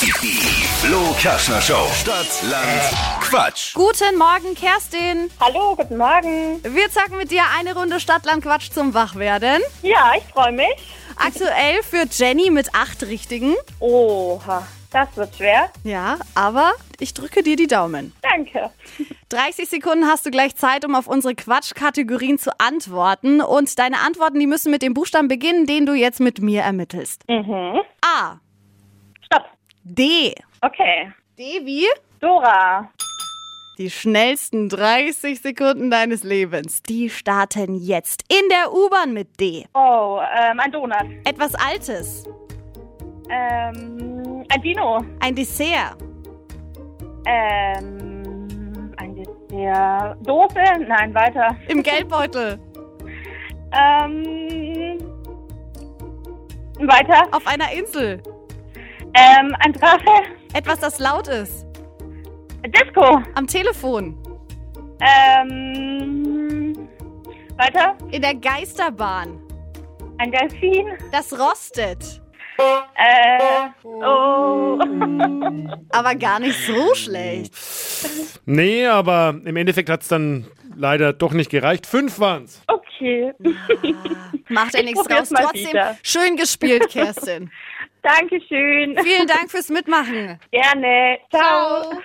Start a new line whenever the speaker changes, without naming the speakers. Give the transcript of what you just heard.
Die Flo Kaschner Show. Stadt, Land, Quatsch.
Guten Morgen, Kerstin.
Hallo, guten Morgen.
Wir zocken mit dir eine Runde Stadtlandquatsch zum Wachwerden.
Ja, ich freue mich.
Aktuell führt Jenny mit acht Richtigen.
Oha, das wird schwer.
Ja, aber ich drücke dir die Daumen.
Danke.
30 Sekunden hast du gleich Zeit, um auf unsere Quatschkategorien zu antworten. Und deine Antworten, die müssen mit dem Buchstaben beginnen, den du jetzt mit mir ermittelst. A.
Stopp.
D.
Okay.
D wie?
Dora.
Die schnellsten 30 Sekunden deines Lebens. Die starten jetzt in der U-Bahn mit D.
Oh, ähm, ein Donut.
Etwas Altes.
Ähm, ein Dino.
Ein Dessert.
Ähm, ein Dessert. Dose? Nein, weiter.
Im Geldbeutel.
Ähm, weiter.
Auf einer Insel.
Ähm, ein Drache.
Etwas, das laut ist.
Disco.
Am Telefon.
Ähm, weiter.
In der Geisterbahn.
Ein Delfin.
Das rostet.
Äh, oh.
Aber gar nicht so schlecht.
Nee, aber im Endeffekt hat es dann leider doch nicht gereicht. Fünf waren's.
Okay.
Macht ja nichts
probier's
draus.
mal
Trotzdem
wieder.
schön gespielt, Kerstin.
Dankeschön.
Vielen Dank fürs Mitmachen.
Gerne. Ciao.